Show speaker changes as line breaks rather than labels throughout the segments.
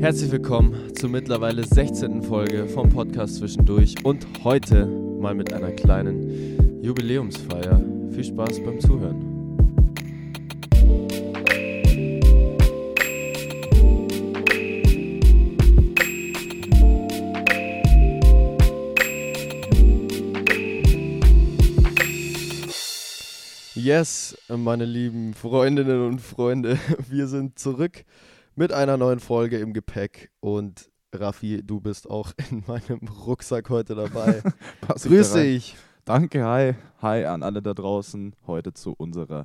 Herzlich willkommen zur mittlerweile 16. Folge vom Podcast Zwischendurch und heute mal mit einer kleinen Jubiläumsfeier. Viel Spaß beim Zuhören. Yes, meine lieben Freundinnen und Freunde, wir sind zurück mit einer neuen Folge im Gepäck und Raffi, du bist auch in meinem Rucksack heute dabei.
Pass ich
Grüß
da rein.
dich.
Danke, hi. Hi an alle da draußen. Heute zu unserer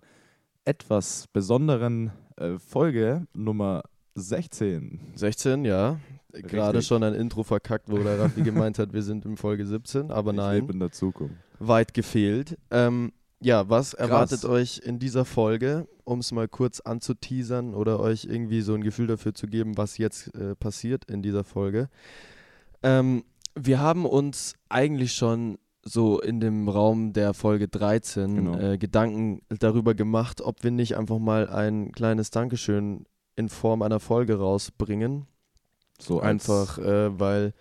etwas besonderen äh, Folge Nummer 16.
16, ja. Gerade
Richtig.
schon ein Intro verkackt, wo der Raffi gemeint hat, wir sind in Folge 17, aber
Ich
nein,
lebe in der Zukunft.
weit gefehlt. Ähm, ja, was erwartet euch in dieser Folge, um es mal kurz anzuteasern oder euch irgendwie so ein Gefühl dafür zu geben, was jetzt äh, passiert in dieser Folge? Ähm, wir haben uns eigentlich schon so in dem Raum der Folge 13
Genau.
äh, Gedanken darüber gemacht, ob wir nicht einfach mal ein kleines Dankeschön in Form einer Folge rausbringen.
So als-
Einfach, äh, weil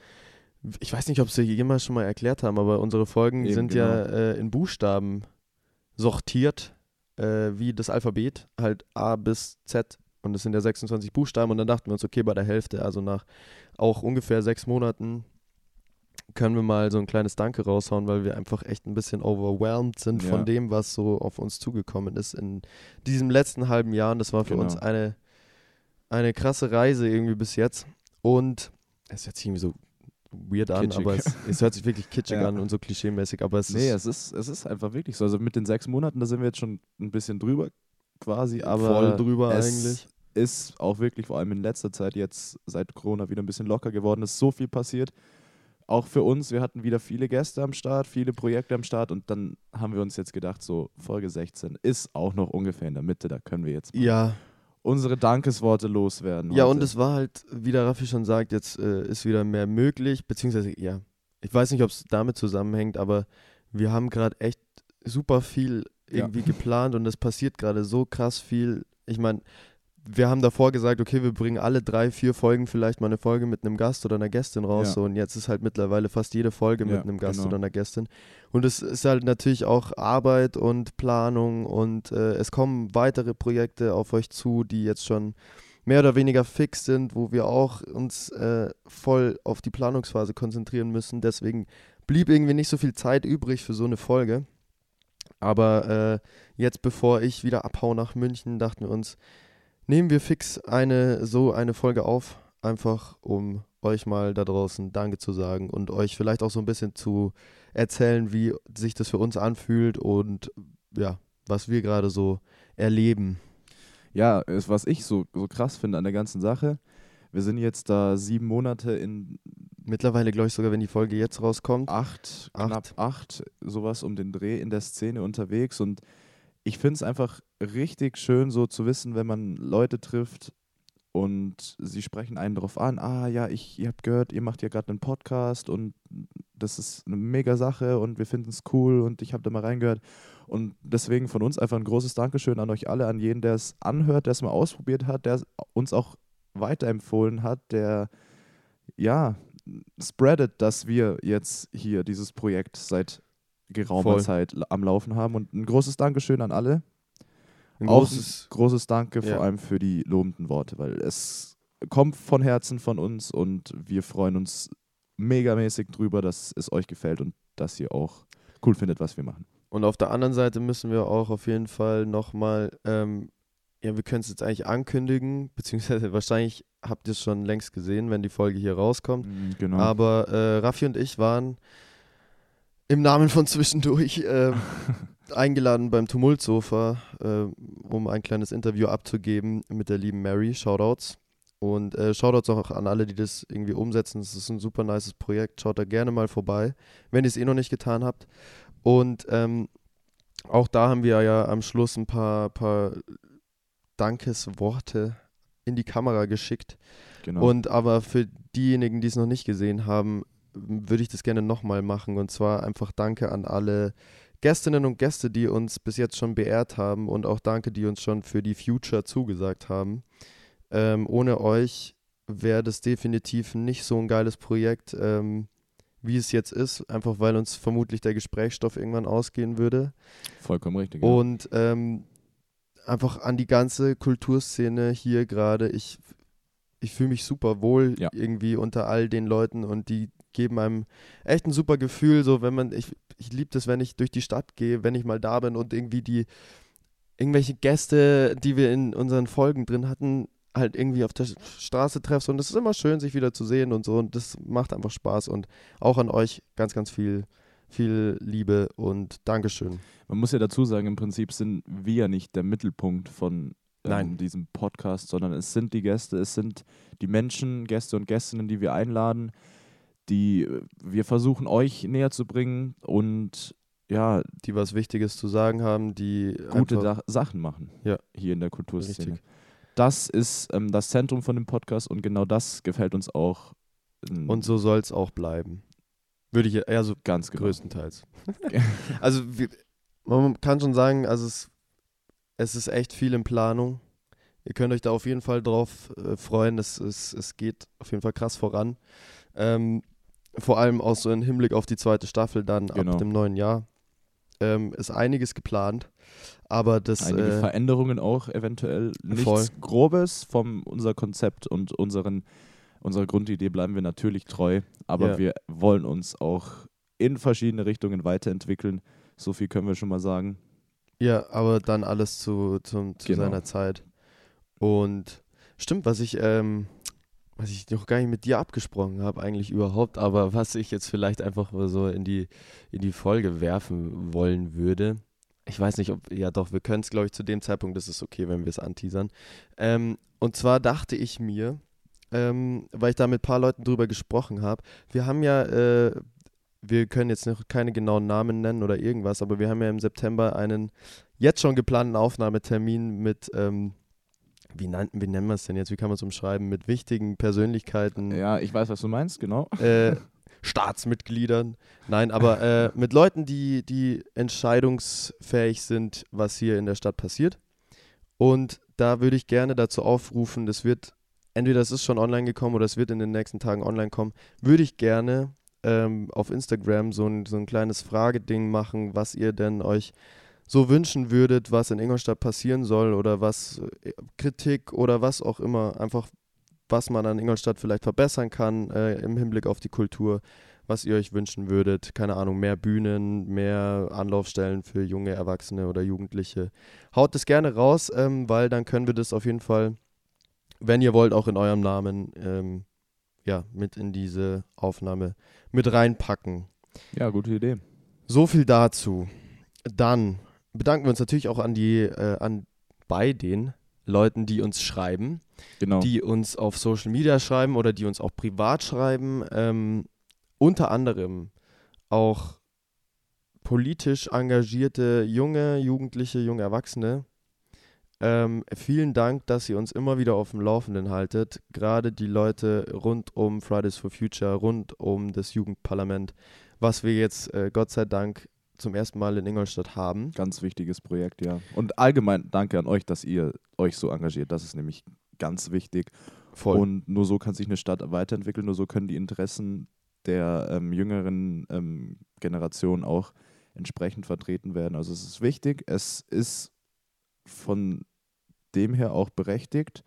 ich weiß nicht, ob sie jemals schon mal erklärt haben, aber unsere Folgen
Eben, genau.
sind ja äh, in Buchstaben sortiert, äh, wie das Alphabet, halt A bis Z. Und es sind ja 26 Buchstaben. Und dann dachten wir uns, okay, bei der Hälfte, also nach auch ungefähr sechs Monaten, können wir mal so ein kleines Danke raushauen, weil wir einfach echt ein bisschen overwhelmed sind
Ja.
von dem, was so auf uns zugekommen ist in diesem letzten halben Jahr. Und das war für
Genau.
uns eine, eine krasse Reise irgendwie bis jetzt. Und es hört sich irgendwie so weird an,
Kitschig.
aber es, es hört sich wirklich kitschig
Ja.
an und so klischeemäßig, aber es
Nee,
ist
es ist, es ist einfach wirklich so. Also mit den sechs Monaten, da sind wir jetzt schon ein bisschen drüber quasi, aber
voll drüber
es
eigentlich.
ist auch wirklich vor allem in letzter Zeit jetzt seit Corona wieder ein bisschen locker geworden. Ist so viel passiert. Auch für uns, wir hatten wieder viele Gäste am Start, viele Projekte am Start und dann haben wir uns jetzt gedacht, so Folge 16 ist auch noch ungefähr in der Mitte, da können wir jetzt
Ja,
unsere Dankesworte loswerden.
ja
heute.
und es war halt, wie der Raffi schon sagt, jetzt äh, ist wieder mehr möglich, beziehungsweise, ja, ich weiß nicht, ob es damit zusammenhängt, aber wir haben gerade echt super viel
Ja.
irgendwie geplant und es passiert gerade so krass viel. Ich meine, wir haben davor gesagt, okay, wir bringen alle drei, vier Folgen vielleicht mal eine Folge mit einem Gast oder einer Gästin raus.
Ja.
So, und jetzt ist halt mittlerweile fast jede Folge mit
Ja,
einem Gast
genau.
oder einer Gästin. Und es ist halt natürlich auch Arbeit und Planung und äh, es kommen weitere Projekte auf euch zu, die jetzt schon mehr oder weniger fix sind, wo wir auch uns äh, voll auf die Planungsphase konzentrieren müssen. Deswegen blieb irgendwie nicht so viel Zeit übrig für so eine Folge. Aber äh, jetzt, bevor ich wieder abhau nach München, dachten wir uns, nehmen wir fix eine so eine Folge auf, einfach um euch mal da draußen Danke zu sagen und euch vielleicht auch so ein bisschen zu erzählen, wie sich das für uns anfühlt und ja, was wir gerade so erleben.
Ja, es, was ich so, so krass finde an der ganzen Sache, wir sind jetzt da sieben Monate in
Mittlerweile glaube ich sogar, wenn die Folge jetzt rauskommt.
acht,
Acht.
knapp acht, sowas um den Dreh in der Szene unterwegs. Und ich finde es einfach richtig schön, so zu wissen, wenn man Leute trifft und sie sprechen einen drauf an, ah ja, ich, ihr habt gehört, ihr macht ja gerade einen Podcast und das ist eine mega Sache und wir finden es cool und ich habe da mal reingehört. Und deswegen von uns einfach ein großes Dankeschön an euch alle, an jeden, der es anhört, der es mal ausprobiert hat, der es uns auch weiterempfohlen hat, der ja, spreadet, dass wir jetzt hier dieses Projekt seit geraumer
Voll.
Zeit la- am Laufen haben. Und ein großes Dankeschön an alle.
Ein
auch
großes,
ein großes Danke
Ja.
vor allem für die lobenden Worte, weil es kommt von Herzen von uns und wir freuen uns megamäßig drüber, dass es euch gefällt und dass ihr auch cool findet, was wir machen.
Und auf der anderen Seite müssen wir auch auf jeden Fall nochmal, ähm, ja, wir können es jetzt eigentlich ankündigen, beziehungsweise wahrscheinlich habt ihr es schon längst gesehen, wenn die Folge hier rauskommt.
Genau.
Aber äh, Raffi und ich waren im Namen von zwischendurch ähm, eingeladen beim Tumultsofa, ähm, um ein kleines Interview abzugeben mit der lieben Mary. Shoutouts. Und äh, Shoutouts auch an alle, die das irgendwie umsetzen. Es ist ein super nices Projekt. Schaut da gerne mal vorbei, wenn ihr es eh noch nicht getan habt. Und ähm, auch da haben wir ja am Schluss ein paar, paar Dankesworte in die Kamera geschickt.
genau.
Und aber für diejenigen, die es noch nicht gesehen haben, m- würde ich das gerne nochmal machen. Und zwar einfach Danke an alle Gästinnen und Gäste, die uns bis jetzt schon beehrt haben und auch Danke, die uns schon für die Future zugesagt haben. Ähm, ohne euch wäre das definitiv nicht so ein geiles Projekt, ähm, wie es jetzt ist, einfach weil uns vermutlich der Gesprächsstoff irgendwann ausgehen würde.
Vollkommen richtig. ja.
Und ähm, einfach an die ganze Kulturszene hier gerade, ich, ich fühle mich super wohl
Ja.
irgendwie unter all den Leuten und die geben einem echt ein super Gefühl, so wenn man, ich, ich liebe das, wenn ich durch die Stadt gehe, wenn ich mal da bin und irgendwie die irgendwelche Gäste, die wir in unseren Folgen drin hatten, halt irgendwie auf der Straße treffst und es ist immer schön, sich wieder zu sehen und so und das macht einfach Spaß und auch an euch ganz, ganz viel, viel Liebe und Dankeschön.
Man muss ja dazu sagen, im Prinzip sind wir nicht der Mittelpunkt von ähm,
Nein.
diesem Podcast, sondern es sind die Gäste, es sind die Menschen, Gäste und Gästinnen, die wir einladen, die äh, wir versuchen euch näher zu bringen und ja,
die was Wichtiges zu sagen haben, die
gute
einfach,
Dach- Sachen machen
Ja.
hier in der Kulturszene.
Richtig.
Das ist ähm, das Zentrum von dem Podcast und genau das gefällt uns auch. ähm,
Und so soll es auch bleiben. Würde ich, ja, so
ganz genau.
größtenteils. also, wir, man kann schon sagen, also es, es ist echt viel in Planung. Ihr könnt euch da auf jeden Fall drauf äh, freuen. Es, es, es geht auf jeden Fall krass voran. Ähm, vor allem auch so im Hinblick auf die zweite Staffel dann
Genau.
ab dem neuen Jahr. Ähm, ist einiges geplant. Aber das.
Einige
äh,
Veränderungen auch eventuell. Nichts
voll.
Grobes vom unser Konzept und unseren, unserer Grundidee bleiben wir natürlich treu, aber
Ja.
wir wollen uns auch in verschiedene Richtungen weiterentwickeln. So viel können wir schon mal sagen.
Ja, aber dann alles zu, zum, zu
Genau.
seiner Zeit. Und stimmt, was ich, ähm, was ich noch gar nicht mit dir abgesprochen habe, eigentlich überhaupt, aber was ich jetzt vielleicht einfach mal so in die, in die Folge werfen wollen würde. Ich weiß nicht, ob, ja doch, wir können es, glaube ich, zu dem Zeitpunkt, das ist okay, wenn wir es anteasern. Ähm, und zwar dachte ich mir, ähm, weil ich da mit ein paar Leuten drüber gesprochen habe, wir haben ja, äh, wir können jetzt noch keine genauen Namen nennen oder irgendwas, aber wir haben ja im September einen jetzt schon geplanten Aufnahmetermin mit, ähm, wie, nannten, wie nennen wir es denn jetzt, wie kann man es umschreiben, mit wichtigen Persönlichkeiten,
Ja, ich weiß, was du meinst, genau.
äh, Staatsmitgliedern, nein, aber äh, mit Leuten, die, die entscheidungsfähig sind, was hier in der Stadt passiert. Und da würde ich gerne dazu aufrufen, das wird, entweder es ist schon online gekommen oder es wird in den nächsten Tagen online kommen, würde ich gerne ähm, auf Instagram so ein, so ein kleines Frageding machen, was ihr denn euch so wünschen würdet, was in Ingolstadt passieren soll oder was äh, Kritik oder was auch immer, einfach was man an Ingolstadt vielleicht verbessern kann äh, im Hinblick auf die Kultur, was ihr euch wünschen würdet, keine Ahnung, mehr Bühnen, mehr Anlaufstellen für junge Erwachsene oder Jugendliche. Haut das gerne raus, ähm, weil dann können wir das auf jeden Fall, wenn ihr wollt, auch in eurem Namen ähm, ja, mit in diese Aufnahme mit reinpacken.
Ja, gute Idee.
So viel dazu. Dann bedanken wir uns natürlich auch an die, äh, an bei den Leuten, die uns schreiben
Genau.
die uns auf Social Media schreiben oder die uns auch privat schreiben, ähm, unter anderem auch politisch engagierte junge, jugendliche, junge Erwachsene. Ähm, vielen Dank, dass ihr uns immer wieder auf dem Laufenden haltet. Gerade die Leute rund um Fridays for Future, rund um das Jugendparlament, was wir jetzt äh, Gott sei Dank zum ersten Mal in Ingolstadt haben.
Ganz wichtiges Projekt, ja. Und allgemein danke an euch, dass ihr euch so engagiert. Das ist nämlich ganz wichtig.
Voll.
Und nur so kann sich eine Stadt weiterentwickeln, nur so können die Interessen der ähm, jüngeren ähm, Generation auch entsprechend vertreten werden. Also es ist wichtig, es ist von dem her auch berechtigt,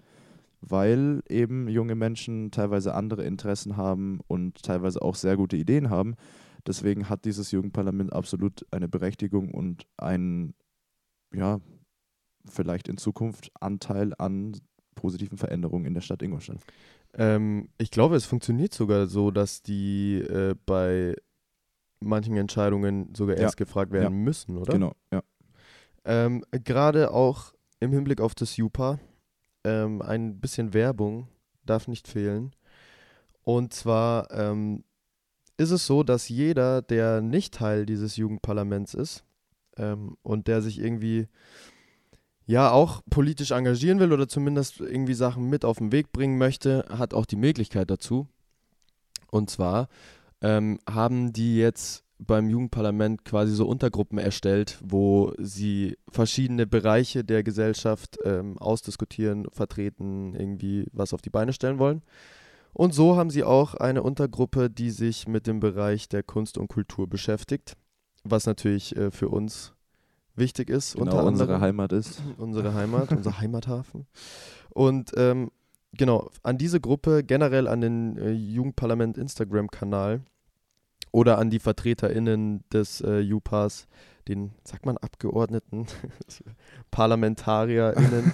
weil eben junge Menschen teilweise andere Interessen haben und teilweise auch sehr gute Ideen haben. Deswegen hat dieses Jugendparlament absolut eine Berechtigung und einen, ja, vielleicht in Zukunft Anteil an positiven Veränderungen in der Stadt Ingolstadt.
Ähm, ich glaube, es funktioniert sogar so, dass die äh, bei manchen Entscheidungen sogar
Ja.
erst gefragt werden müssen, oder?
Genau, ja.
Ähm, Gerade auch im Hinblick auf das Jupa, ähm, ein bisschen Werbung darf nicht fehlen. Und zwar ähm, ist es so, dass jeder, der nicht Teil dieses Jugendparlaments ist ähm, und der sich irgendwie ja auch politisch engagieren will oder zumindest irgendwie Sachen mit auf den Weg bringen möchte, hat auch die Möglichkeit dazu. Und zwar ähm, haben die jetzt beim Jugendparlament quasi so Untergruppen erstellt, wo sie verschiedene Bereiche der Gesellschaft ähm, ausdiskutieren, vertreten, irgendwie was auf die Beine stellen wollen. Und so haben sie auch eine Untergruppe, die sich mit dem Bereich der Kunst und Kultur beschäftigt, was natürlich äh, für uns wichtig ist.
Genau,
unter
unsere
anderem
Heimat ist.
unsere Heimat, unser Heimathafen. Und ähm, genau, an diese Gruppe, generell an den äh, Jugendparlament Instagram-Kanal oder an die VertreterInnen des äh, UPAS, den, sagt man, Abgeordneten, ParlamentarierInnen,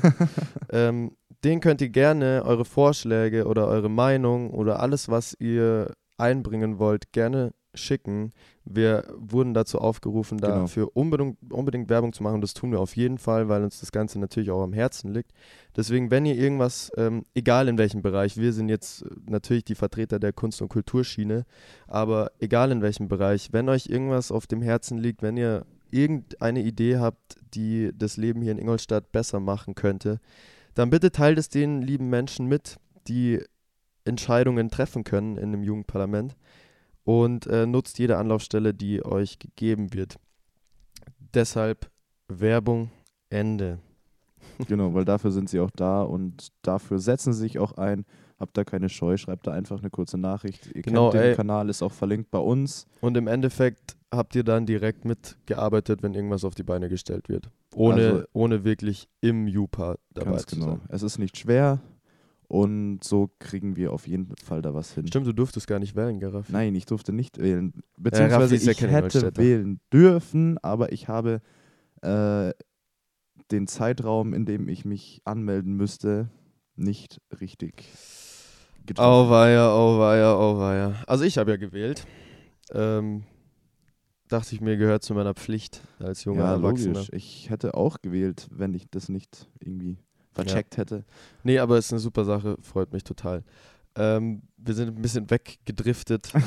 ähm, den könnt ihr gerne eure Vorschläge oder eure Meinung oder alles, was ihr einbringen wollt, gerne schicken. Wir wurden dazu aufgerufen,
Genau.
dafür unbedingt, unbedingt Werbung zu machen. Das tun wir auf jeden Fall, weil uns das Ganze natürlich auch am Herzen liegt. Deswegen, wenn ihr irgendwas, ähm, egal in welchem Bereich, wir sind jetzt äh, natürlich die Vertreter der Kunst- und Kulturschiene, aber egal in welchem Bereich, wenn euch irgendwas auf dem Herzen liegt, wenn ihr irgendeine Idee habt, die das Leben hier in Ingolstadt besser machen könnte, dann bitte teilt es den lieben Menschen mit, die Entscheidungen treffen können in dem Jugendparlament und äh, nutzt jede Anlaufstelle, die euch gegeben wird. Deshalb Werbung Ende.
Genau, weil dafür sind sie auch da und dafür setzen sie sich auch ein. Habt da keine Scheu, schreibt da einfach eine kurze Nachricht. Ihr
Genau,
kennt den
ey.
Kanal, ist auch verlinkt bei uns.
Und im Endeffekt habt ihr dann direkt mitgearbeitet, wenn irgendwas auf die Beine gestellt wird. Ohne,
Also-
ohne wirklich im Jupa dabei
Ganz
zu
genau.
sein.
Es ist nicht schwer und so kriegen wir auf jeden Fall da was hin.
Stimmt, du durftest gar nicht wählen, Geraf.
Nein, ich durfte nicht wählen.
Raffi
Beziehungsweise
ist ja
ich
kein
hätte
Ingolstädter.
wählen dürfen, aber ich habe äh, den Zeitraum, in dem ich mich anmelden müsste, nicht richtig
Oh,
getroffen.
Auweia, auweia, auweia. Also ich habe ja gewählt. Ähm, dachte ich mir, gehört zu meiner Pflicht als junger
ja,
Erwachsener.
logisch. Ich hätte auch gewählt, wenn ich das nicht irgendwie vercheckt hätte.
Nee, aber ist eine super Sache, freut mich total. Ähm, wir sind ein bisschen weggedriftet äh,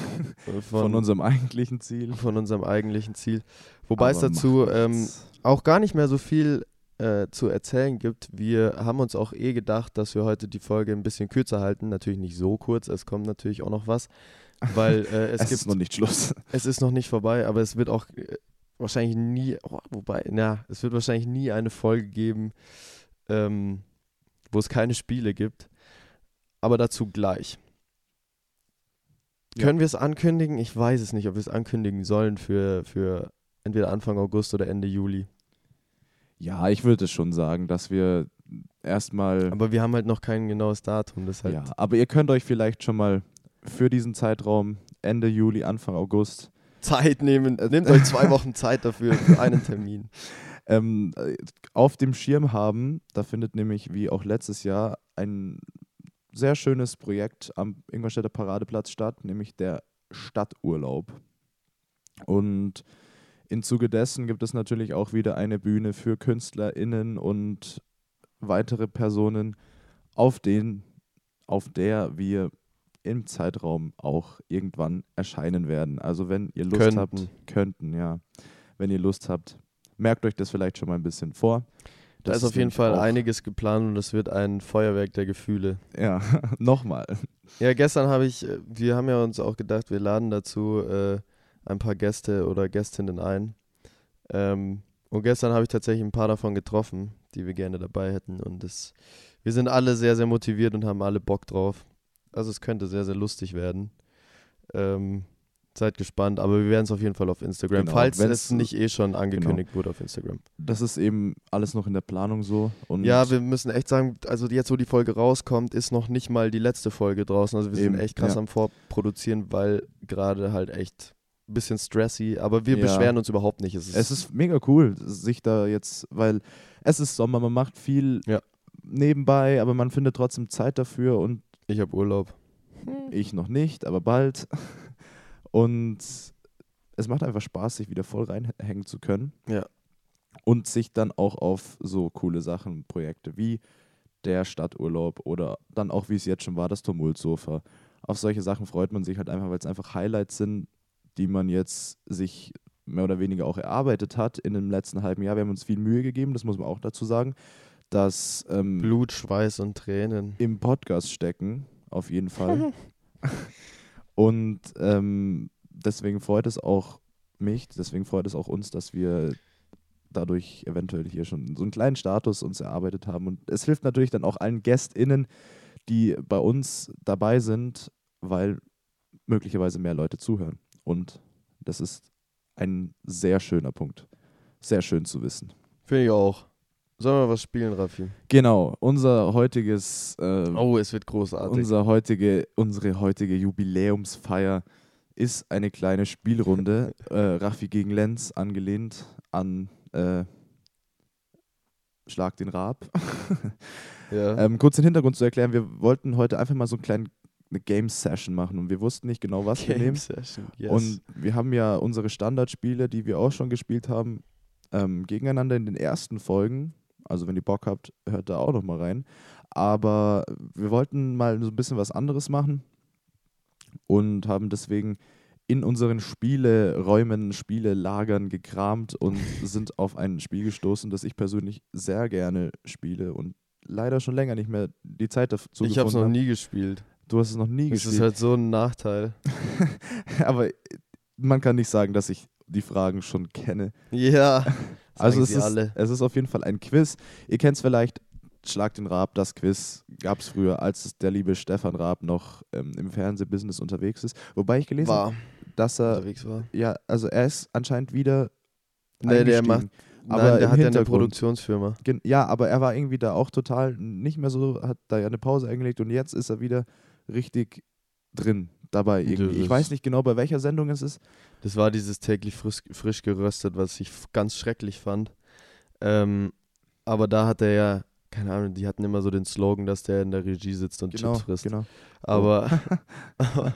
von,
Von, unserem eigentlichen Ziel.
von unserem eigentlichen Ziel. Wobei es
Aber macht
dazu ähm,
nichts.
auch gar nicht mehr so viel äh, zu erzählen gibt. Wir haben uns auch eh gedacht, dass wir heute die Folge ein bisschen kürzer halten. Natürlich nicht so kurz, es kommt natürlich auch noch was, weil äh, es,
es
gibt
ist noch nicht Schluss.
es ist noch nicht vorbei, aber es wird auch äh, wahrscheinlich nie, oh, wobei, na, es wird wahrscheinlich nie eine Folge geben, ähm, wo es keine Spiele gibt. Aber dazu gleich.
Ja.
Können wir es ankündigen? Ich weiß es nicht, ob wir es ankündigen sollen für, für entweder Anfang August oder Ende Juli.
Ja, ich würde schon sagen, dass wir erstmal.
Aber wir haben halt noch kein genaues Datum. Das halt
Ja, aber ihr könnt euch vielleicht schon mal für diesen Zeitraum Ende Juli, Anfang August
Zeit nehmen. Nehmt euch zwei Wochen Zeit dafür, für einen Termin.
ähm, äh, auf dem Schirm haben. Da findet nämlich, wie auch letztes Jahr, ein sehr schönes Projekt am Ingolstädter Paradeplatz statt, nämlich der Stadturlaub. Und im Zuge dessen gibt es natürlich auch wieder eine Bühne für KünstlerInnen und weitere Personen, auf, den, auf der wir im Zeitraum auch irgendwann erscheinen werden. Also wenn ihr Lust
Könnten.
habt, könnten, ja. Wenn ihr Lust habt, merkt euch das vielleicht schon mal ein bisschen vor.
Da
Das
ist auf jeden
nämlich
Fall
auch-
einiges geplant und es wird ein Feuerwerk der Gefühle.
Ja, nochmal.
Ja, gestern habe ich, äh, wir haben ja uns auch gedacht, wir laden dazu äh, ein paar Gäste oder Gästinnen ein. Ähm, und gestern habe ich tatsächlich ein paar davon getroffen, die wir gerne dabei hätten. Und das, wir sind alle sehr, sehr motiviert und haben alle Bock drauf. Also es könnte sehr, sehr lustig werden. Ähm, seid gespannt, aber wir werden es auf jeden Fall auf Instagram,
Genau,
falls
wenn's- genau.
es nicht eh schon angekündigt wurde auf Instagram.
Das ist eben alles noch in der Planung so. Und
Ja, wir müssen echt sagen, also jetzt, wo die Folge rauskommt, ist noch nicht mal die letzte Folge draußen. Also wir
Eben,
sind echt krass
ja.
am Vorproduzieren, weil gerade halt echt ein bisschen stressy, aber wir
Ja.
beschweren uns überhaupt nicht. Es ist,
es ist mega cool, sich da jetzt, weil es ist Sommer, man macht viel
Ja.
nebenbei, aber man findet trotzdem Zeit dafür und
ich habe Urlaub. Mhm.
ich noch nicht, aber bald. Und es macht einfach Spaß, sich wieder voll reinhängen zu können.
Ja.
Und sich dann auch auf so coole Sachen, Projekte wie der Stadturlaub oder dann auch, wie es jetzt schon war, das Tumultsofa. Auf solche Sachen freut man sich halt einfach, weil es einfach Highlights sind, die man jetzt sich mehr oder weniger auch erarbeitet hat in dem letzten halben Jahr. Wir haben uns viel Mühe gegeben, das muss man auch dazu sagen, dass ähm,
Blut, Schweiß und Tränen.
im Podcast stecken, auf jeden Fall. und ähm, deswegen freut es auch mich. Deswegen freut es auch uns, dass wir dadurch eventuell hier schon so einen kleinen Status uns erarbeitet haben. Und es hilft natürlich dann auch allen GästInnen, die bei uns dabei sind, weil möglicherweise mehr Leute zuhören. Und das ist ein sehr schöner Punkt. Sehr schön zu wissen.
Finde ich auch. Sollen wir was spielen, Raffi?
Genau, unser heutiges, äh,
Oh, es wird großartig.
unser heutige, unsere heutige Jubiläumsfeier ist eine kleine Spielrunde. äh, Raffi gegen Lenz angelehnt an äh, Schlag den Raab.
ja.
Ähm, kurz den Hintergrund zu erklären, wir wollten heute einfach mal so einen kleinen eine Game-Session machen und wir wussten nicht genau, was wir nehmen.
Session. Yes.
Und wir haben ja unsere Standardspiele, die wir auch schon gespielt haben, ähm, gegeneinander in den ersten Folgen. Also wenn ihr Bock habt, hört da auch noch mal rein. Aber wir wollten mal so ein bisschen was anderes machen und haben deswegen in unseren Spieleräumen, Spielelagern gekramt und sind auf ein Spiel gestoßen, das ich persönlich sehr gerne spiele und leider schon länger nicht mehr die Zeit dazu
ich habe es
gefunden
noch
hab.
nie gespielt.
Du hast es noch nie
Das
gespielt.
ist halt so ein Nachteil.
Aber man kann nicht sagen, dass ich die Fragen schon kenne.
Ja. Sagen
Also es
sie
ist,
alle.
es ist auf jeden Fall ein Quiz. Ihr kennt es vielleicht, Schlag den Raab, das Quiz gab es früher, als es der liebe Stefan Raab noch ähm, im Fernsehbusiness unterwegs ist. Wobei ich gelesen habe,
War.
dass er,
Unterwegs war.
ja, also er ist anscheinend wieder
Nee, der
eingestiegen.
macht. Nein, der
Aber im
hat ja eine
Hintergrund.
Produktionsfirma.
Gen- Ja, aber er war irgendwie da auch total nicht mehr so, hat da ja eine Pause eingelegt und jetzt ist er wieder richtig drin dabei. Irgendwie.
Das
Ich
ist-
weiß nicht genau, bei welcher Sendung es ist.
Das war dieses täglich frisch, frisch geröstet, was ich f- ganz schrecklich fand. Ähm, aber da hat er ja, keine Ahnung, die hatten immer so den Slogan, dass der in der Regie sitzt und
Genau,
Chips frisst.
genau.
Aber, aber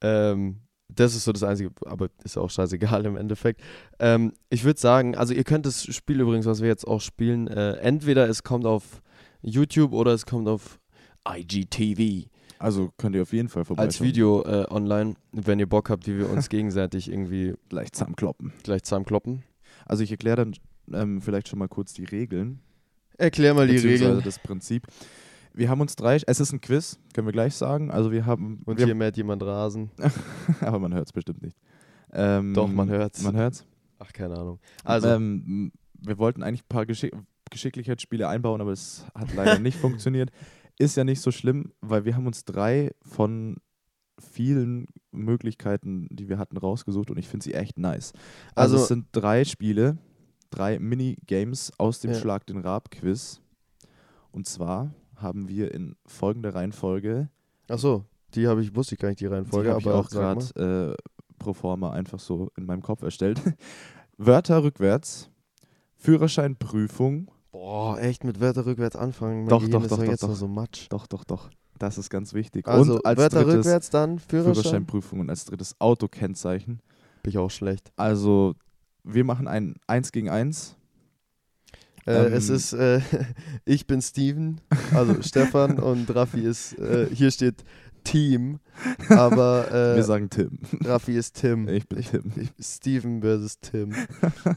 ähm, das ist so das Einzige, aber ist auch scheißegal im Endeffekt. Ähm, ich würde sagen, also ihr könnt das Spiel übrigens, was wir jetzt auch spielen, äh, entweder es kommt auf YouTube oder es kommt auf IGTV
Also könnt ihr auf jeden Fall vorbeischauen.
als Video äh, online, wenn ihr Bock habt, wie wir uns gegenseitig irgendwie
gleich zusammenkloppen.
gleich zusammenkloppen.
Also ich erkläre dann ähm, vielleicht schon mal kurz die Regeln.
Erklär mal die
beziehungsweise
Regeln.
das Prinzip. Wir haben uns drei, es ist ein Quiz, können wir gleich sagen. Also wir haben, Ähm,
Und
wir,
hier mäht jemand Rasen.
aber man hört es bestimmt nicht. Ähm,
Doch, man hört's.
Man hört's.
Ach, keine Ahnung. Also,
Ähm, wir wollten eigentlich ein paar Geschick Geschicklichkeitsspiele einbauen, aber es hat leider nicht funktioniert. Ist ja nicht so schlimm, weil wir haben uns drei von vielen Möglichkeiten, die wir hatten, rausgesucht und ich finde sie echt nice.
Also-
Also, es sind drei Spiele, drei Minigames aus dem
Ja.
Schlag den Raab-Quiz. Und zwar haben wir in folgender Reihenfolge,
ach so, die habe ich, wusste ich gar nicht, die
die
Reihenfolge,
hab ich
aber
auch
sag mal.
gerade äh, pro forma einfach so in meinem Kopf erstellt. Wörter rückwärts, Führerscheinprüfung.
Boah, echt mit Wörter rückwärts anfangen. Mein
Doch,
Gehirn
doch,
ist
doch, doch,
jetzt noch
doch.
so matsch.
Doch, doch, doch. Das ist ganz wichtig.
Also
und als
Wörter
drittes
rückwärts, dann Führerschein.
Führerscheinprüfung und als drittes Autokennzeichen.
Bin ich auch schlecht.
Also wir machen ein 1 gegen 1.
Äh,
Ähm.
es ist, äh, ich bin Steven, also Stefan und Raffi ist, äh, hier steht Team, aber
wir
äh,
sagen Tim.
Raffi ist Tim.
Ich bin Tim.
ich, Steven versus Tim.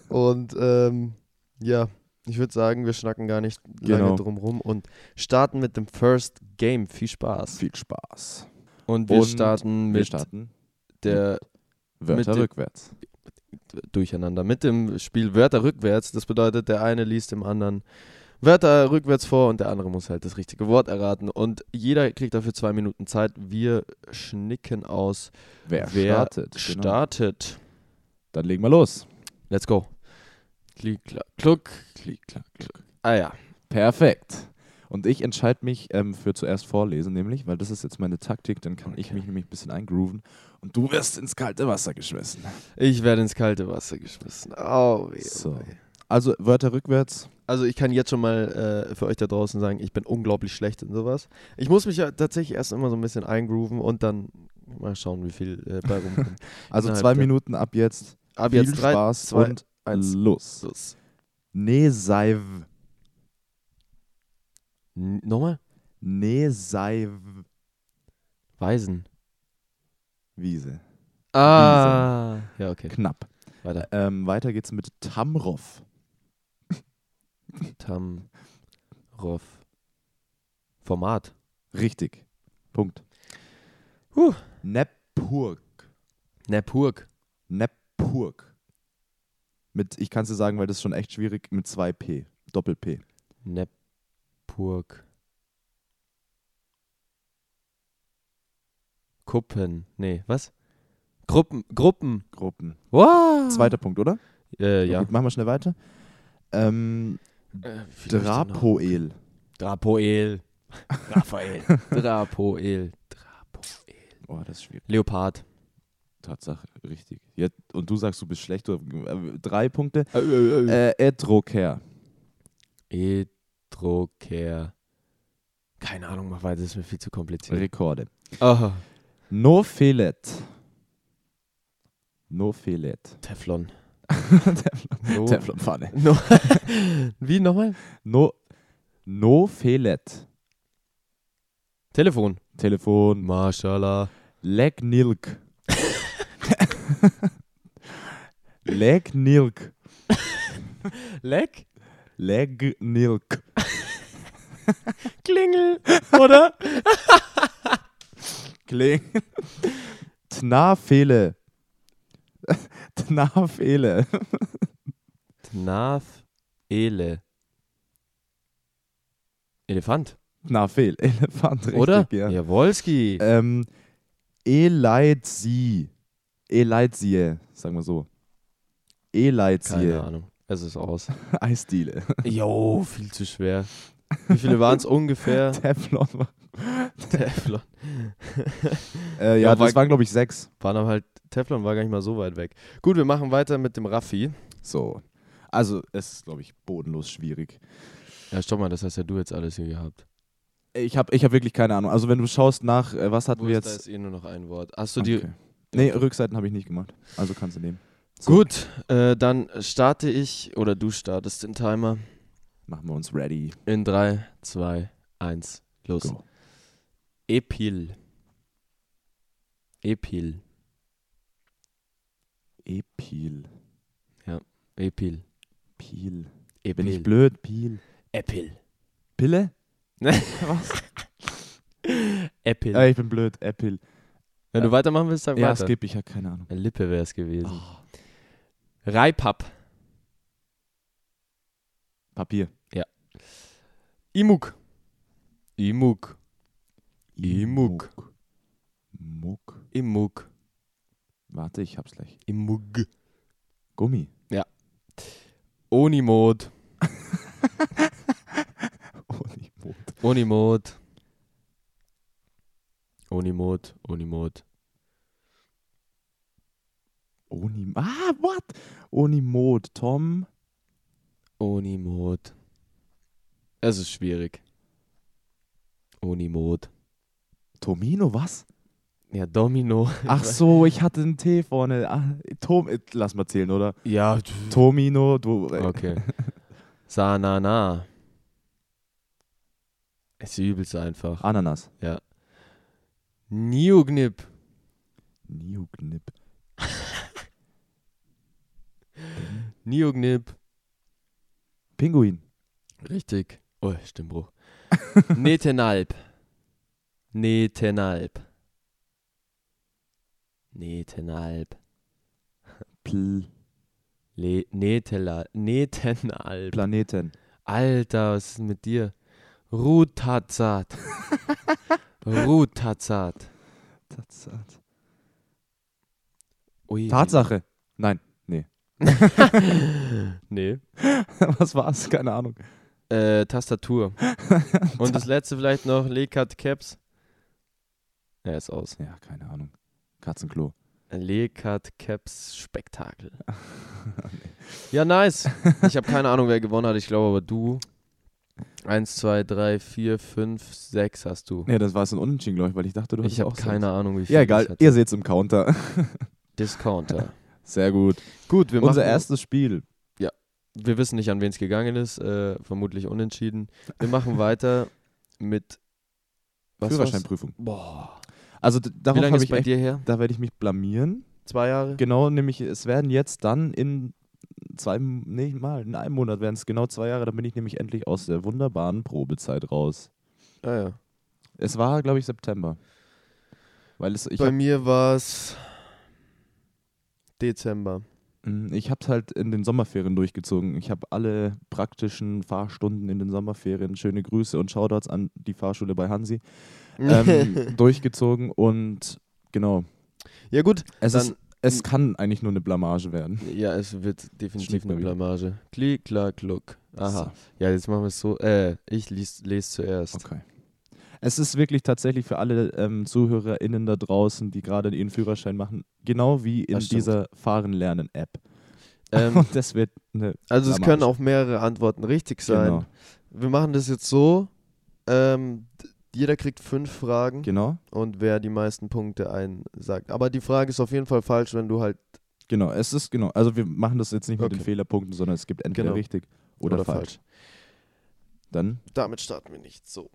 und ähm, ja, ich würde sagen, wir schnacken gar nicht
Genau.
lange drum rum und starten mit dem First Game. Viel Spaß.
Viel Spaß.
Und wir
Und
starten
Wir
mit
starten
der
Wörter
dem-
rückwärts.
Durcheinander mit dem Spiel Wörter rückwärts. Das bedeutet, der eine liest dem anderen Wörter rückwärts vor und der andere muss halt das richtige Wort erraten. Und jeder kriegt dafür zwei Minuten Zeit. Wir schnicken aus.
Wer,
Wer
startet? Genau.
Startet.
Dann legen wir los.
Let's go. Klick, klack, kluck.
Klick, klack, klick.
Ah ja.
Perfekt. Und ich entscheide mich ähm, für zuerst vorlesen, nämlich, weil das ist jetzt meine Taktik, dann kann ich
Okay.
mich nämlich ein bisschen eingrooven und du wirst ins kalte Wasser geschmissen.
Ich werde ins kalte Wasser geschmissen. Oh, weh, oh
So.
weh.
Also Wörter rückwärts.
Also ich kann jetzt schon mal äh, für euch da draußen sagen, ich bin unglaublich schlecht in sowas. Ich muss mich ja tatsächlich erst immer so ein bisschen eingrooven und dann mal schauen, wie viel äh, bei rumkommt.
Also
Innerhalb
zwei
der-
Minuten ab jetzt.
Ab
Viel
jetzt drei,
Spaß
zwei,
und
eins.
los.
Los.
Neseiv.
N nochmal?
Neseiv-Wiese.
Waisen. Ah. Ja, okay.
Knapp.
Weiter.
Ähm, weiter geht's mit Tamrov.
Tam. Roff. Format.
Richtig. Punkt.
Huh.
Nepurg.
Nepurg.
Nepurg. Kurk. Mit, ich kann es dir sagen, weil das ist schon echt schwierig, mit 2P, Doppel-P.
Nepurg. Kuppen. Nee, was? Gruppen. Gruppen.
Gruppen.
Wow.
Zweiter Punkt, oder?
Äh,
Na
ja.
Gut, machen wir schnell weiter. Ähm,
Äh, wie läuft der noch?
Drapoel.
Drapoel. Raphael. Drapoel. Drapoel.
Oh, das ist schwierig.
Leopard.
Tatsache, richtig. Jetzt, und du sagst, du bist schlecht. Du, äh, drei Punkte. Äh, Edroker.
Edroker. Keine Ahnung, mach weiter, das ist mir viel zu kompliziert.
Rekorde.
Oh,
No Felet. No Felet.
Teflon.
No. Teflonpfanne.
No. Wie nochmal?
No, no Felet.
Telefon.
Telefon.
Mashallah.
Legnilk. Legnilk.
Leck?
Legnilk.
Klingel. Oder?
Kling. Tnafele. Tnafele.
Tnaf. Ele. Elefant.
Tnafel. Elefant, richtig,
oder?
Ja.
Jawolski.
Ähm, Eleitsie. Eleitsie, sagen wir so.
Keine
Eleitsie.
Ahnung. Es ist aus.
Eisdiele.
Jo, viel zu schwer. Wie viele waren es ungefähr?
Teflon. war-
Teflon.
Äh, ja,
Ja,
das
war-
waren, glaube ich, sechs.
Waren aber halt, Teflon war gar nicht mal so weit weg. Gut, wir machen weiter mit dem Raffi.
So. Also, es ist, glaube ich, bodenlos schwierig.
Ja, stopp mal, das hast ja du jetzt alles hier gehabt.
Ich habe ich hab wirklich keine Ahnung. Also, wenn du schaust nach, äh, was hatten
Wo
wir
ist, da
jetzt.
ist eh nur noch ein Wort. Hast du die.
Okay. Nee, Rückseiten habe ich nicht gemacht. Also kannst du nehmen.
Gut, äh, dann starte ich oder du startest den Timer
Machen wir uns ready.
in 3, 2, 1, los.
Go.
Epil. Epil.
E, Epil.
Epil.
Pil.
Epil.
Bin ich blöd? Pil.
Epil.
Pille?
Epil.
Äh, ich bin blöd. Epil.
Wenn du weitermachen willst, sag
Ja, Ah.
weiter.
skip. Ich habe keine Ahnung.
Lippe wäre es gewesen. Reipap.
Papier.
Imuk. Imuk. Imuk.
Muck.
Imuk.
Warte, ich hab's gleich.
Imug.
Gummi.
Onimod.
Honigbrot.
Onimod. Onimod. Onimod.
Oni. Ah, what? Onimod. Tom.
Onimod. Es ist schwierig. Onimod.
Tomino, was?
Ja, Domino.
Ach so, ich hatte einen T vorne. Ah, Tom, äh, lass mal zählen, oder?
Ja.
Tomino, du. äh,
Mhm. Okay. Sanana. Es ist übelst einfach.
Ananas.
Niugnip.
Niugnip.
Niugnip.
Pinguin.
Richtig. Oh, Stimmbruch. Netenalp. Netenalp. Netenalp.
Pl
Le Netela Netenalp.
Planeten.
Alter, was ist denn mit dir? Rutazat. Rutazat.
Tatsat.
Ui.
Tatsache. Nein.
nee.
was war's? Keine Ahnung.
Äh, Tastatur. Und das letzte vielleicht noch Lekat Caps. Ja, ist aus.
Ja, keine Ahnung. Katzenklo.
Lekat Caps Spektakel. ja, nice. Ich habe keine Ahnung, wer gewonnen hat. Ich glaube aber du. Eins, zwei, drei, vier, fünf, sechs hast du.
Ja, das war so ein Unentschieden, glaube ich, weil ich dachte, du
Ich
hattest
habe
auch sechs.
keine Ahnung, wie viel.
Ja,
ich
egal.
hatte.
Ihr seht's im Counter.
Discounter.
Sehr gut.
Gut, wir machen
Unser erstes Spiel.
Wir wissen nicht, an wen es gegangen ist. Äh, vermutlich unentschieden. Wir machen weiter mit. war's?
Führerscheinprüfung.
Boah.
Also d-
Wie
darauf
lange
habe
ist
ich
bei
echt,
dir her?
da werde ich mich blamieren.
Zwei Jahre?
Genau, nämlich es werden jetzt dann in zwei, nee, mal, in einem Monat werden es genau zwei Jahre, dann bin ich nämlich endlich aus der wunderbaren Probezeit raus.
Ah, ja.
Es war, glaube ich, September. Weil es, ich
bei
hab,
mir war es Dezember.
Mm, Ich habe es halt in den Sommerferien durchgezogen. Ich habe alle praktischen Fahrstunden in den Sommerferien, schöne Grüße und Shoutouts an die Fahrschule bei Hansi, ähm, durchgezogen. Und genau,
ja gut,
es,
Dann-
ist, es kann eigentlich nur eine Blamage werden.
ja, es wird definitiv
Schmeckt
eine
mir wieder.
Blamage. Klick, klack, kluck. Aha.
So.
Ja, jetzt machen wir es so. Äh, ich lese les zuerst.
Okay. Es ist wirklich tatsächlich für alle ähm, ZuhörerInnen da draußen, die gerade ihren Führerschein machen, genau wie in
Das stimmt.
dieser Fahren-Lernen-App.
Ähm,
Und das wird eine.
also es
Blamage.
können auch mehrere Antworten richtig sein.
Genau.
Wir machen das jetzt so. Ähm, d- jeder kriegt fünf Fragen
Genau.
und wer die meisten Punkte einsagt. Aber die Frage ist auf jeden Fall falsch, wenn du halt
Genau. Es ist genau. Also wir machen das jetzt nicht mit
Okay.
den Fehlerpunkten, sondern es gibt entweder
Genau.
richtig oder, falsch. Dann
Damit starten wir nicht so.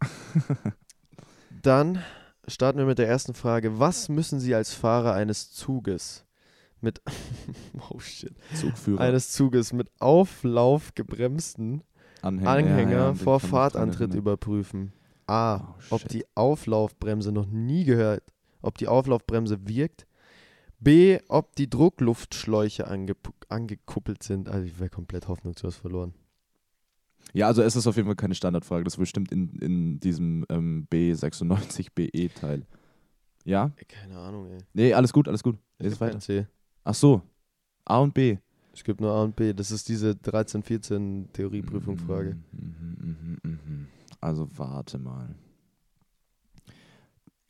Dann starten wir mit der ersten Frage. Was müssen Sie als Fahrer eines Zuges mit oh shit,
Zugführer,
eines Zuges mit Auflauf gebremsten
Anhänger,
Anhänger
ja, ja, den
vor
kann ich dran
Fahrtantritt
erinnern.
überprüfen? A.
Oh,
ob
shit.
die Auflaufbremse noch nie gehört, ob die Auflaufbremse wirkt. B. Ob die Druckluftschläuche angep- angekuppelt sind. Also ich wäre komplett hoffnungslos verloren.
Ja, also es ist auf jeden Fall keine Standardfrage. Das ist bestimmt in, in diesem ähm, B96 BE-Teil. E Ja?
Keine Ahnung, ey.
Nee, alles gut, alles gut.
Es
Lest
gibt kein
weiter.
C.
Ach so. A und B.
Es gibt nur A und B. Das ist diese 13, 14 Theorieprüfung-Frage.
Mhm, mhm, mhm, mhm. Also warte mal.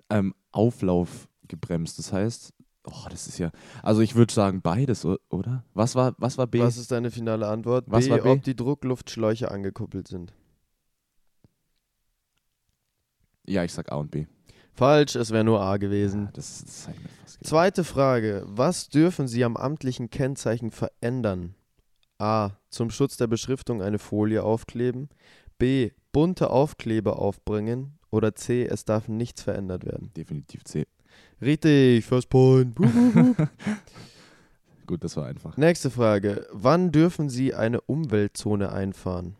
Ähm, Auflauf gebremst, das heißt, oh, das ist ja, also ich würde sagen beides, o- oder? Was war, was war B?
Was ist deine finale Antwort?
Was
B,
war B?
Ob die Druckluftschläuche angekuppelt sind.
Ja, ich sag A und B.
Falsch, es wäre nur A gewesen.
Ja, das, das hab ich mir fast gedacht.
Zweite Frage. Was dürfen Sie am amtlichen Kennzeichen verändern? A. Zum Schutz der Beschriftung eine Folie aufkleben. B. Bunte Aufkleber aufbringen. Oder C. Es darf nichts verändert werden.
Definitiv C.
Richtig, First Point. Wuhu.
Gut, das war einfach.
Nächste Frage. Wann dürfen Sie eine Umweltzone einfahren?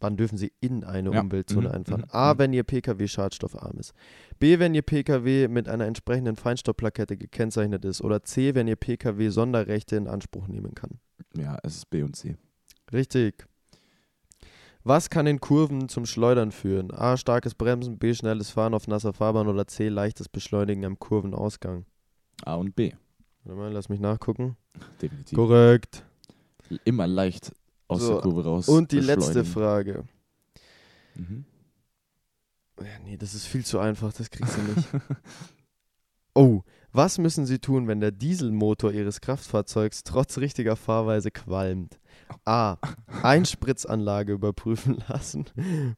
Wann dürfen Sie in eine
Ja.
Umweltzone
Mhm,
einfahren?
mhm,
A,
mhm.
wenn Ihr Pkw schadstoffarm ist. B, wenn Ihr Pkw mit einer entsprechenden Feinstaubplakette gekennzeichnet ist. Oder C, wenn Ihr Pkw Sonderrechte in Anspruch nehmen kann.
Ja, es ist B und C.
Richtig. Was kann in Kurven zum Schleudern führen? A, starkes Bremsen. B, schnelles Fahren auf nasser Fahrbahn. Oder C, leichtes Beschleunigen am Kurvenausgang.
A und B.
Warte mal, lass mich nachgucken.
Definitiv.
Korrekt.
Immer leicht aus
So,
der Kurve raus.
Und die letzte
beschleunigen.
Frage.
Mhm.
Ja, nee, das ist viel zu einfach, das kriegst du nicht. oh, was müssen Sie tun, wenn der Dieselmotor Ihres Kraftfahrzeugs trotz richtiger Fahrweise qualmt? A. Einspritzanlage überprüfen lassen.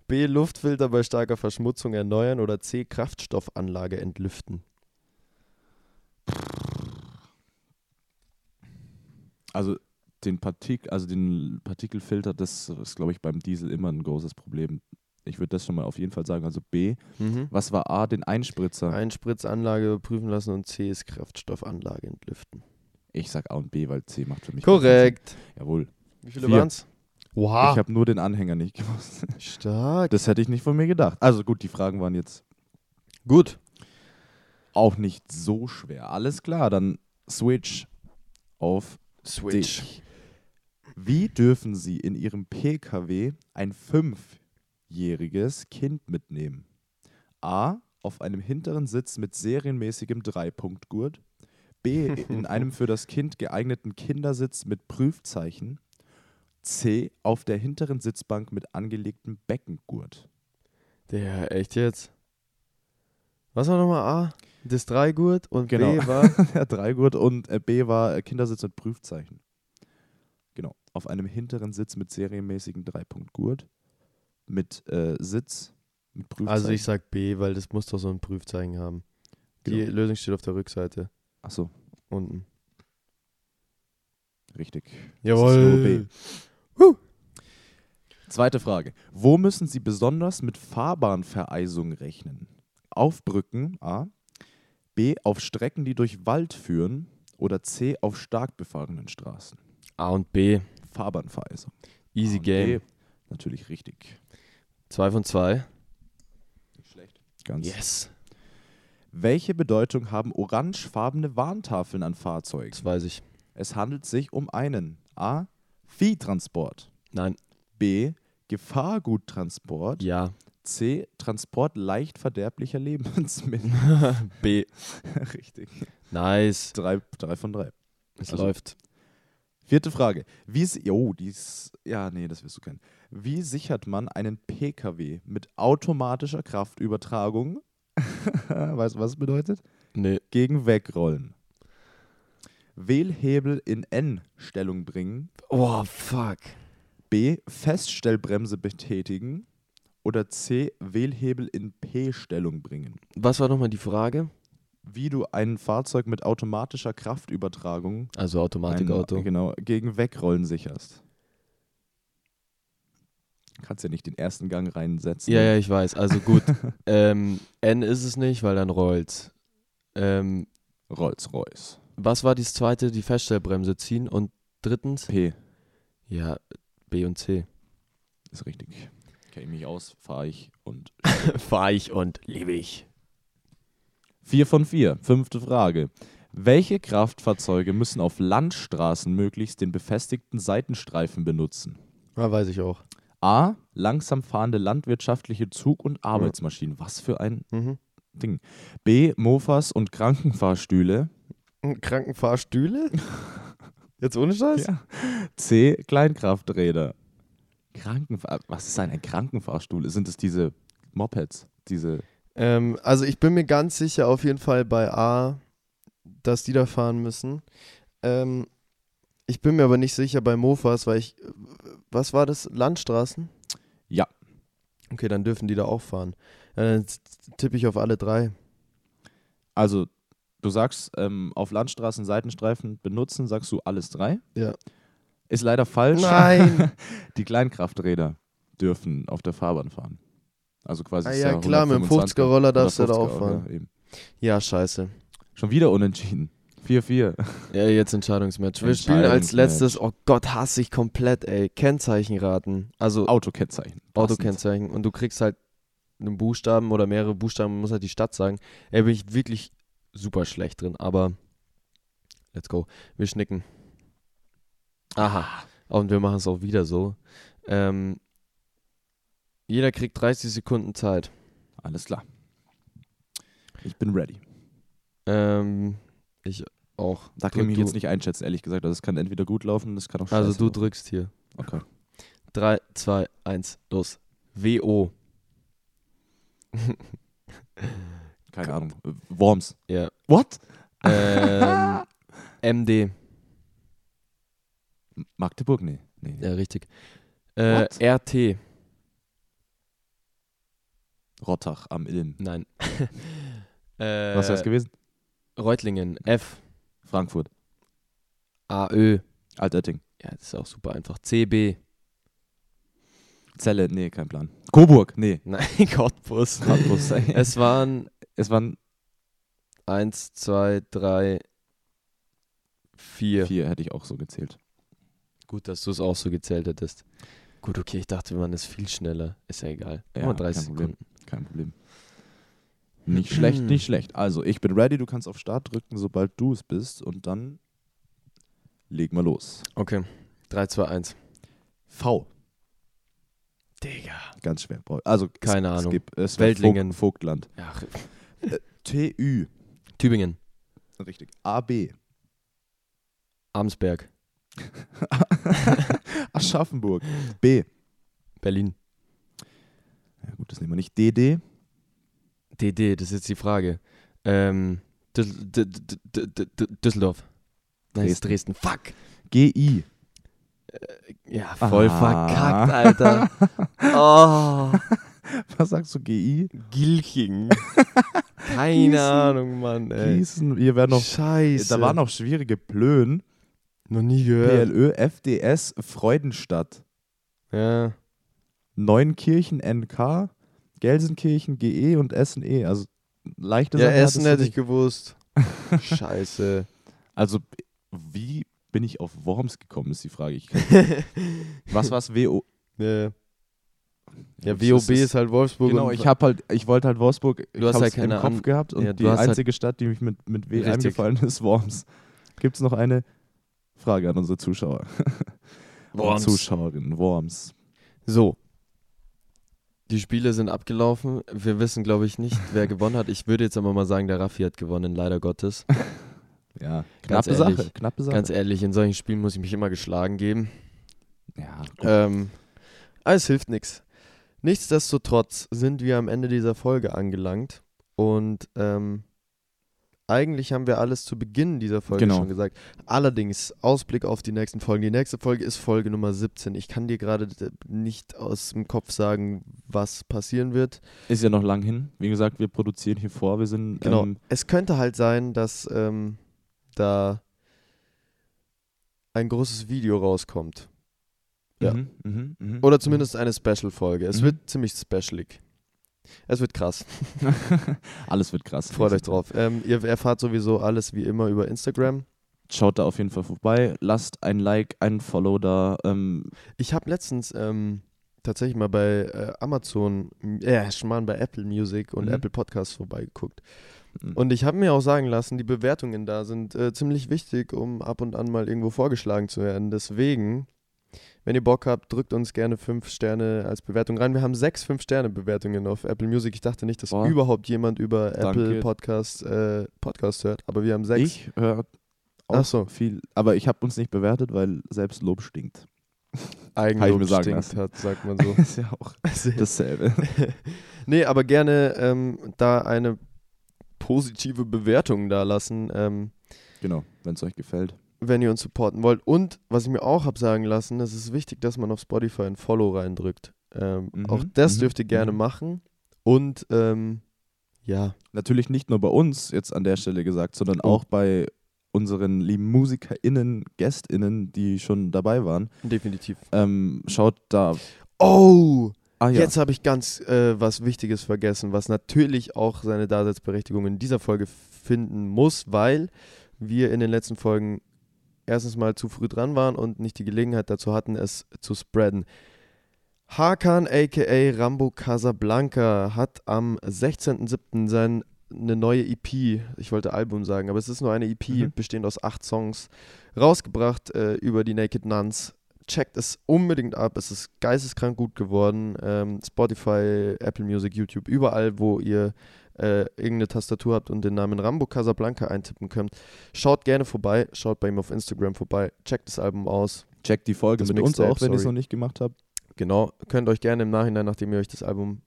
B. Luftfilter bei starker Verschmutzung erneuern. Oder C. Kraftstoffanlage entlüften.
Also den Partik also den Partikelfilter, das ist, glaube ich, beim Diesel immer ein großes Problem. Ich würde das schon mal auf jeden Fall sagen. Also B.
Mhm.
Was war A? Den Einspritzer.
Einspritzanlage überprüfen lassen und C ist Kraftstoffanlage entlüften.
Ich sag A und B, weil C macht für mich. gar keinen
Korrekt.
Sinn. Jawohl.
Wie viele
Vier.
waren's? Wow.
Ich habe nur den Anhänger nicht gewusst.
Stark.
Das hätte ich nicht von mir gedacht. Also gut, die Fragen waren jetzt
Gut.
auch nicht so schwer. Alles klar, dann Switch auf
Switch.
Dich. Wie dürfen Sie in Ihrem PKW ein fünfjähriges Kind mitnehmen? A. Auf einem hinteren Sitz mit serienmäßigem Dreipunktgurt. B. In einem für das Kind geeigneten Kindersitz mit Prüfzeichen. C. Auf der hinteren Sitzbank mit angelegtem Beckengurt.
Der, echt jetzt? Was war nochmal A? Das Dreigurt und B
Genau.
war.
Ja, Dreigurt und äh, B war äh, Kindersitz mit Prüfzeichen. Genau. Auf einem hinteren Sitz mit serienmäßigem Dreipunktgurt. Mit äh, Sitz, mit Prüfzeichen.
Also ich sag B, weil das muss doch so ein Prüfzeichen haben. Die
Genau.
Lösung steht auf der Rückseite
Achso,
unten.
richtig.
Jawohl.
Huh. Zweite Frage. Wo müssen Sie besonders mit Fahrbahnvereisung rechnen? Auf Brücken, A. B. Auf Strecken, die durch Wald führen. Oder C. Auf stark befahrenen Straßen.
A und B.
Fahrbahnvereisung.
Easy
A und
Game.
B. Natürlich richtig.
Zwei von zwei.
Nicht schlecht. Ganz
Yes.
Welche Bedeutung haben orangefarbene Warntafeln an Fahrzeugen?
Das weiß ich.
Es handelt sich um einen A. Viehtransport.
Nein.
B. Gefahrguttransport.
Ja.
C. Transport leicht verderblicher Lebensmittel.
B.
Richtig.
Nice.
Drei, drei von drei.
Es
Also-
läuft.
Vierte Frage. Wie si- jo, die ist, ja, nee, das wirst du kennen. Wie sichert man einen PKW mit automatischer Kraftübertragung? weißt du, was es bedeutet?
Nee.
Gegen Wegrollen. Wählhebel in N-Stellung bringen.
Oh, fuck.
B. Feststellbremse betätigen. Oder C. Wählhebel in P-Stellung bringen.
Was war nochmal die Frage?
Wie du ein Fahrzeug mit automatischer Kraftübertragung
Also
ein-
Automatikauto.
Genau, gegen Wegrollen sicherst. Kannst ja nicht den ersten Gang reinsetzen.
Ja, ja, ich weiß. Also gut. ähm, N ist es nicht, weil dann rollt's. Ähm,
Rolls-Royce.
was war das zweite? Die Feststellbremse ziehen und drittens?
P
Ja, B und C.
ist richtig. Kenne ich mich aus, fahre ich und.
Weich und liebig.
Vier von vier. Fünfte Frage. Welche Kraftfahrzeuge müssen auf Landstraßen möglichst den befestigten Seitenstreifen benutzen?
Ja, weiß ich auch.
A. Langsam fahrende landwirtschaftliche Zug- und Arbeitsmaschinen. Was für ein
Mhm.
Ding. B. Mofas und Krankenfahrstühle.
Krankenfahrstühle? Jetzt ohne Scheiß?
Ja. C. Kleinkrafträder. Krankenfahr Was ist denn ein Krankenfahrstuhl? Sind es diese Mopeds? Diese.
Ähm, also ich bin mir ganz sicher auf jeden Fall bei A, dass die da fahren müssen. Ähm, ich bin mir aber nicht sicher bei Mofas, weil ich, was war das, Landstraßen?
Ja.
Okay, dann dürfen die da auch fahren. Ja, dann z- tippe ich auf alle drei.
Also, du sagst, ähm, auf Landstraßen Seitenstreifen benutzen, sagst du alles drei.
Ja.
Ist leider falsch.
Nein!
Die Kleinkrafträder dürfen auf der Fahrbahn fahren. Also quasi.
Ah
ist
ja, klar, mit dem
125er
50er-Roller darfst du da
150er,
auch fahren.
ja, eben.
Ja, scheiße.
Schon wieder unentschieden. 4-4.
Ja, jetzt Entscheidungsmatch. Wir spielen als
Entscheidungsmatch.
letztes, oh Gott, hasse ich komplett, ey. Kennzeichen raten. Also
Autokennzeichen. Passend.
Autokennzeichen und du kriegst halt einen Buchstaben oder mehrere Buchstaben, man muss halt die Stadt sagen. Ey, bin ich wirklich super schlecht drin, aber let's go. Wir schnicken. Aha. Und wir machen es auch wieder so. Ähm, jeder kriegt 30 Sekunden Zeit.
Alles klar. Ich bin ready.
Ähm, ich auch.
Da
Drück
kann ich mich
du.
jetzt nicht einschätzen, ehrlich gesagt. Also es kann entweder gut laufen, das kann auch scheiße
Also du
laufen.
drückst hier.
Okay.
3, 2, 1, los. WO.
Keine Ahnung. Äh, Worms.
Ja.
What?
Ähm, MD.
M- Magdeburg? Nee. nee. nee.
Ja, richtig. Äh,
What?
RT.
Rottach am Ilm.
Nein. äh,
Was wäre es gewesen?
Reutlingen, F,
Frankfurt.
AÖ.
Altötting.
Ja, das ist auch super einfach. CB.
Celle? Nee, kein Plan. Coburg? Nee.
Nein, Cottbus.
Cottbus. es,
es waren
es waren
1, 2, 3, 4.
vier, hätte ich auch so gezählt.
Gut, dass du es auch so gezählt hättest. Gut, okay, ich dachte, man ist viel schneller. Ist ja egal.
Ja,
Nur 30
kein Problem.
Sekunden.
Kein Problem. Nicht schlecht,
Hm.
nicht schlecht. Also, ich bin ready. Du kannst auf Start drücken, sobald du es bist. Und dann legen wir los.
Okay, 3, 2, 1.
V.
Digga.
Ganz schwer. Brau- Also,
Keine
es,
Ahnung.
Es gibt, es
Weltlingen.
Weltlingen. Vogtland.
Ja,
TÜ.
Tübingen,
Richtig. AB.
Amsberg,
Aschaffenburg. B.
Berlin.
Ja gut, das nehmen wir nicht. DD.
DD, das ist jetzt die Frage. Ähm, Düssel- D- D- D- D- D- Düsseldorf. Nein, es ist Dresden. Fuck.
GI.
Ja, voll
Ah.
verkackt, Alter. Oh,
Was sagst du? GI?
Gilching. Keine
Gießen.
Ahnung, Mann, ey.
Gießen. Hier werden noch.
Äh, Scheiße.
Da waren noch schwierige Plön.
noch nie gehört.
PLÖ, FDS, Freudenstadt.
Ja.
Neunkirchen, NK. Gelsenkirchen, GE und SNE. Also leichte
ja,
Sachen hattest
Essen
du
hätte ich
nicht.
gewusst. Scheiße.
Also, wie bin ich auf Worms gekommen, ist die Frage. Ich kann, was war's? WO?
ja, ja,
das
WOB ist halt Wolfsburg.
Genau,
und
ich habe halt, ich wollte halt Wolfsburg, ich
Du hast
hab's
halt keine
im Kopf
An-
gehabt und
Ja, du
die
hast halt-
einzige Stadt, die mich mit, mit W
Richtig.
eingefallen ist, Worms. Gibt es noch eine? Frage an unsere Zuschauer.
Worms.
Zuschauerinnen, Worms.
So. Die Spiele sind abgelaufen. Wir wissen, glaube ich, nicht, wer gewonnen hat. Ich würde jetzt aber mal sagen, der Raffi hat gewonnen, leider Gottes.
Ja,
Ganz
knappe
ehrlich,
Sache, knappe Sache.
Ganz ehrlich, in solchen Spielen muss ich mich immer geschlagen geben.
ja, gut.
Ähm, aber es hilft nichts. Nichtsdestotrotz sind wir am Ende dieser Folge angelangt und ähm, eigentlich haben wir alles zu Beginn dieser Folge
Genau.
schon gesagt. Allerdings, Ausblick auf die nächsten Folgen. Die nächste Folge ist Folge Nummer 17. Ich kann dir gerade d- nicht aus dem Kopf sagen, was passieren wird.
ist ja noch lang hin. Wie gesagt, wir produzieren hier vor. Wir sind
Genau.
ähm,
Es könnte halt sein, dass ähm, da ein großes Video rauskommt. Ja.
mhm, mhm, mhm.
Oder zumindest eine Special-Folge. Es
Mhm.
wird ziemlich specialig. Es wird krass.
alles wird krass.
Freut euch drauf. Ähm, ihr erfahrt sowieso alles wie immer über Instagram.
Schaut da auf jeden Fall vorbei. Lasst ein Like, ein Follow da. Ähm,
Ich habe letztens ähm, tatsächlich mal bei äh, Amazon, äh, Schmarrn, bei Apple Music und
Mhm.
Apple Podcasts vorbeigeguckt.
Mhm.
Und ich habe mir auch sagen lassen, die Bewertungen da sind äh, ziemlich wichtig, um ab und an mal irgendwo vorgeschlagen zu werden. Deswegen, wenn ihr Bock habt, drückt uns gerne fünf Sterne als Bewertung rein. Wir haben sechs fünf Sterne Bewertungen auf Apple Music. Ich dachte nicht, dass
Boah.
überhaupt jemand über Apple
Danke.
Podcasts äh, Podcast hört, aber wir haben sechs.
ich höre auch
Ach so.
viel. Aber ich habe uns nicht bewertet, weil selbst Lob stinkt.
Eigenlob
mir sagen
stinkt
lassen.
hat, sagt man so.
ist ja auch dasselbe.
nee, aber gerne ähm, da eine positive Bewertung da lassen. Ähm,
genau, wenn es euch gefällt.
wenn ihr uns supporten wollt. Und was ich mir auch habe sagen lassen, es ist wichtig, dass man auf Spotify ein Follow reindrückt. Ähm,
Mhm,
Auch das
mhm,
dürft ihr gerne
mhm.
machen. Und ähm, ja,
Natürlich nicht nur bei uns jetzt an der Stelle gesagt, sondern
Oh.
auch bei unseren lieben MusikerInnen, GästInnen, die schon dabei waren.
definitiv.
Ähm, schaut da.
Oh,
Ah ja,
jetzt habe ich ganz äh, was Wichtiges vergessen, was natürlich auch seine Daseinsberechtigung in dieser Folge finden muss, weil wir in den letzten Folgen erstens mal zu früh dran waren und nicht die Gelegenheit dazu hatten, es zu spreaden. Hakan aka Rambo Casablanca hat am 16.07. sein eine neue EP, ich wollte Album sagen, aber es ist nur eine EP,
Mhm.
bestehend aus acht Songs, rausgebracht äh, über die Naked Nuns. Checkt es unbedingt ab, es ist geisteskrank gut geworden. Ähm, Spotify, Apple Music, YouTube, überall, wo ihr äh, irgendeine Tastatur habt und den Namen Rambo Casablanca eintippen könnt. Schaut gerne vorbei, schaut bei ihm auf Instagram vorbei, checkt das Album aus.
checkt die Folge
das
mit uns
Mixtape,
auch, wenn ihr es
sorry.
noch nicht gemacht habt.
Genau, könnt euch gerne im Nachhinein, nachdem ihr euch das Album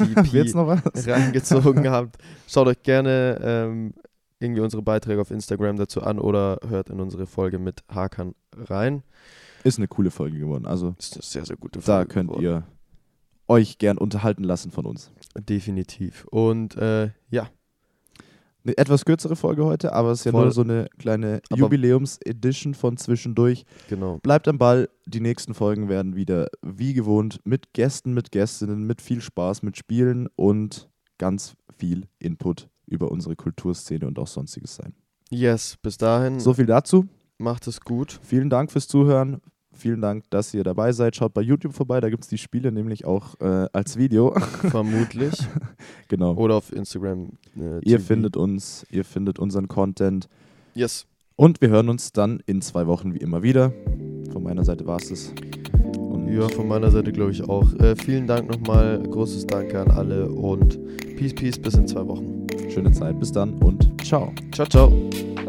die EP
Wird's noch was?
reingezogen habt, schaut euch gerne ähm, irgendwie unsere Beiträge auf Instagram dazu an oder hört in unsere Folge mit Hakan rein.
Ist eine coole Folge geworden. Also
Das ist eine sehr, sehr gute
da
Folge.
könnt
geworden.
ihr euch gern unterhalten lassen von uns.
Definitiv. Und äh, ja,
Eine etwas kürzere Folge heute, aber es ist ja
Voll.
nur so eine kleine
Aber-
Jubiläums-Edition von zwischendurch.
genau.
Bleibt am Ball. Die nächsten Folgen werden wieder wie gewohnt mit Gästen, mit Gästinnen, mit viel Spaß, mit Spielen und ganz viel Input über unsere Kulturszene und auch sonstiges sein.
Yes, bis dahin.
So viel dazu.
Macht es gut.
Vielen Dank fürs Zuhören. Vielen Dank, dass ihr dabei seid. Schaut bei YouTube vorbei, da gibt es die Spiele nämlich auch äh, als Video.
Vermutlich.
genau.
Oder auf Instagram. äh,
Ihr
TV.
findet uns, ihr findet unseren Content
Yes.
und wir hören uns dann in zwei Wochen wie immer wieder. Von meiner Seite war es das. Und
Ja, von meiner Seite glaube ich auch. Äh, vielen Dank nochmal. Großes Danke an alle und Peace, Peace. Bis in zwei Wochen.
schöne Zeit. Bis dann und ciao.
Ciao, ciao.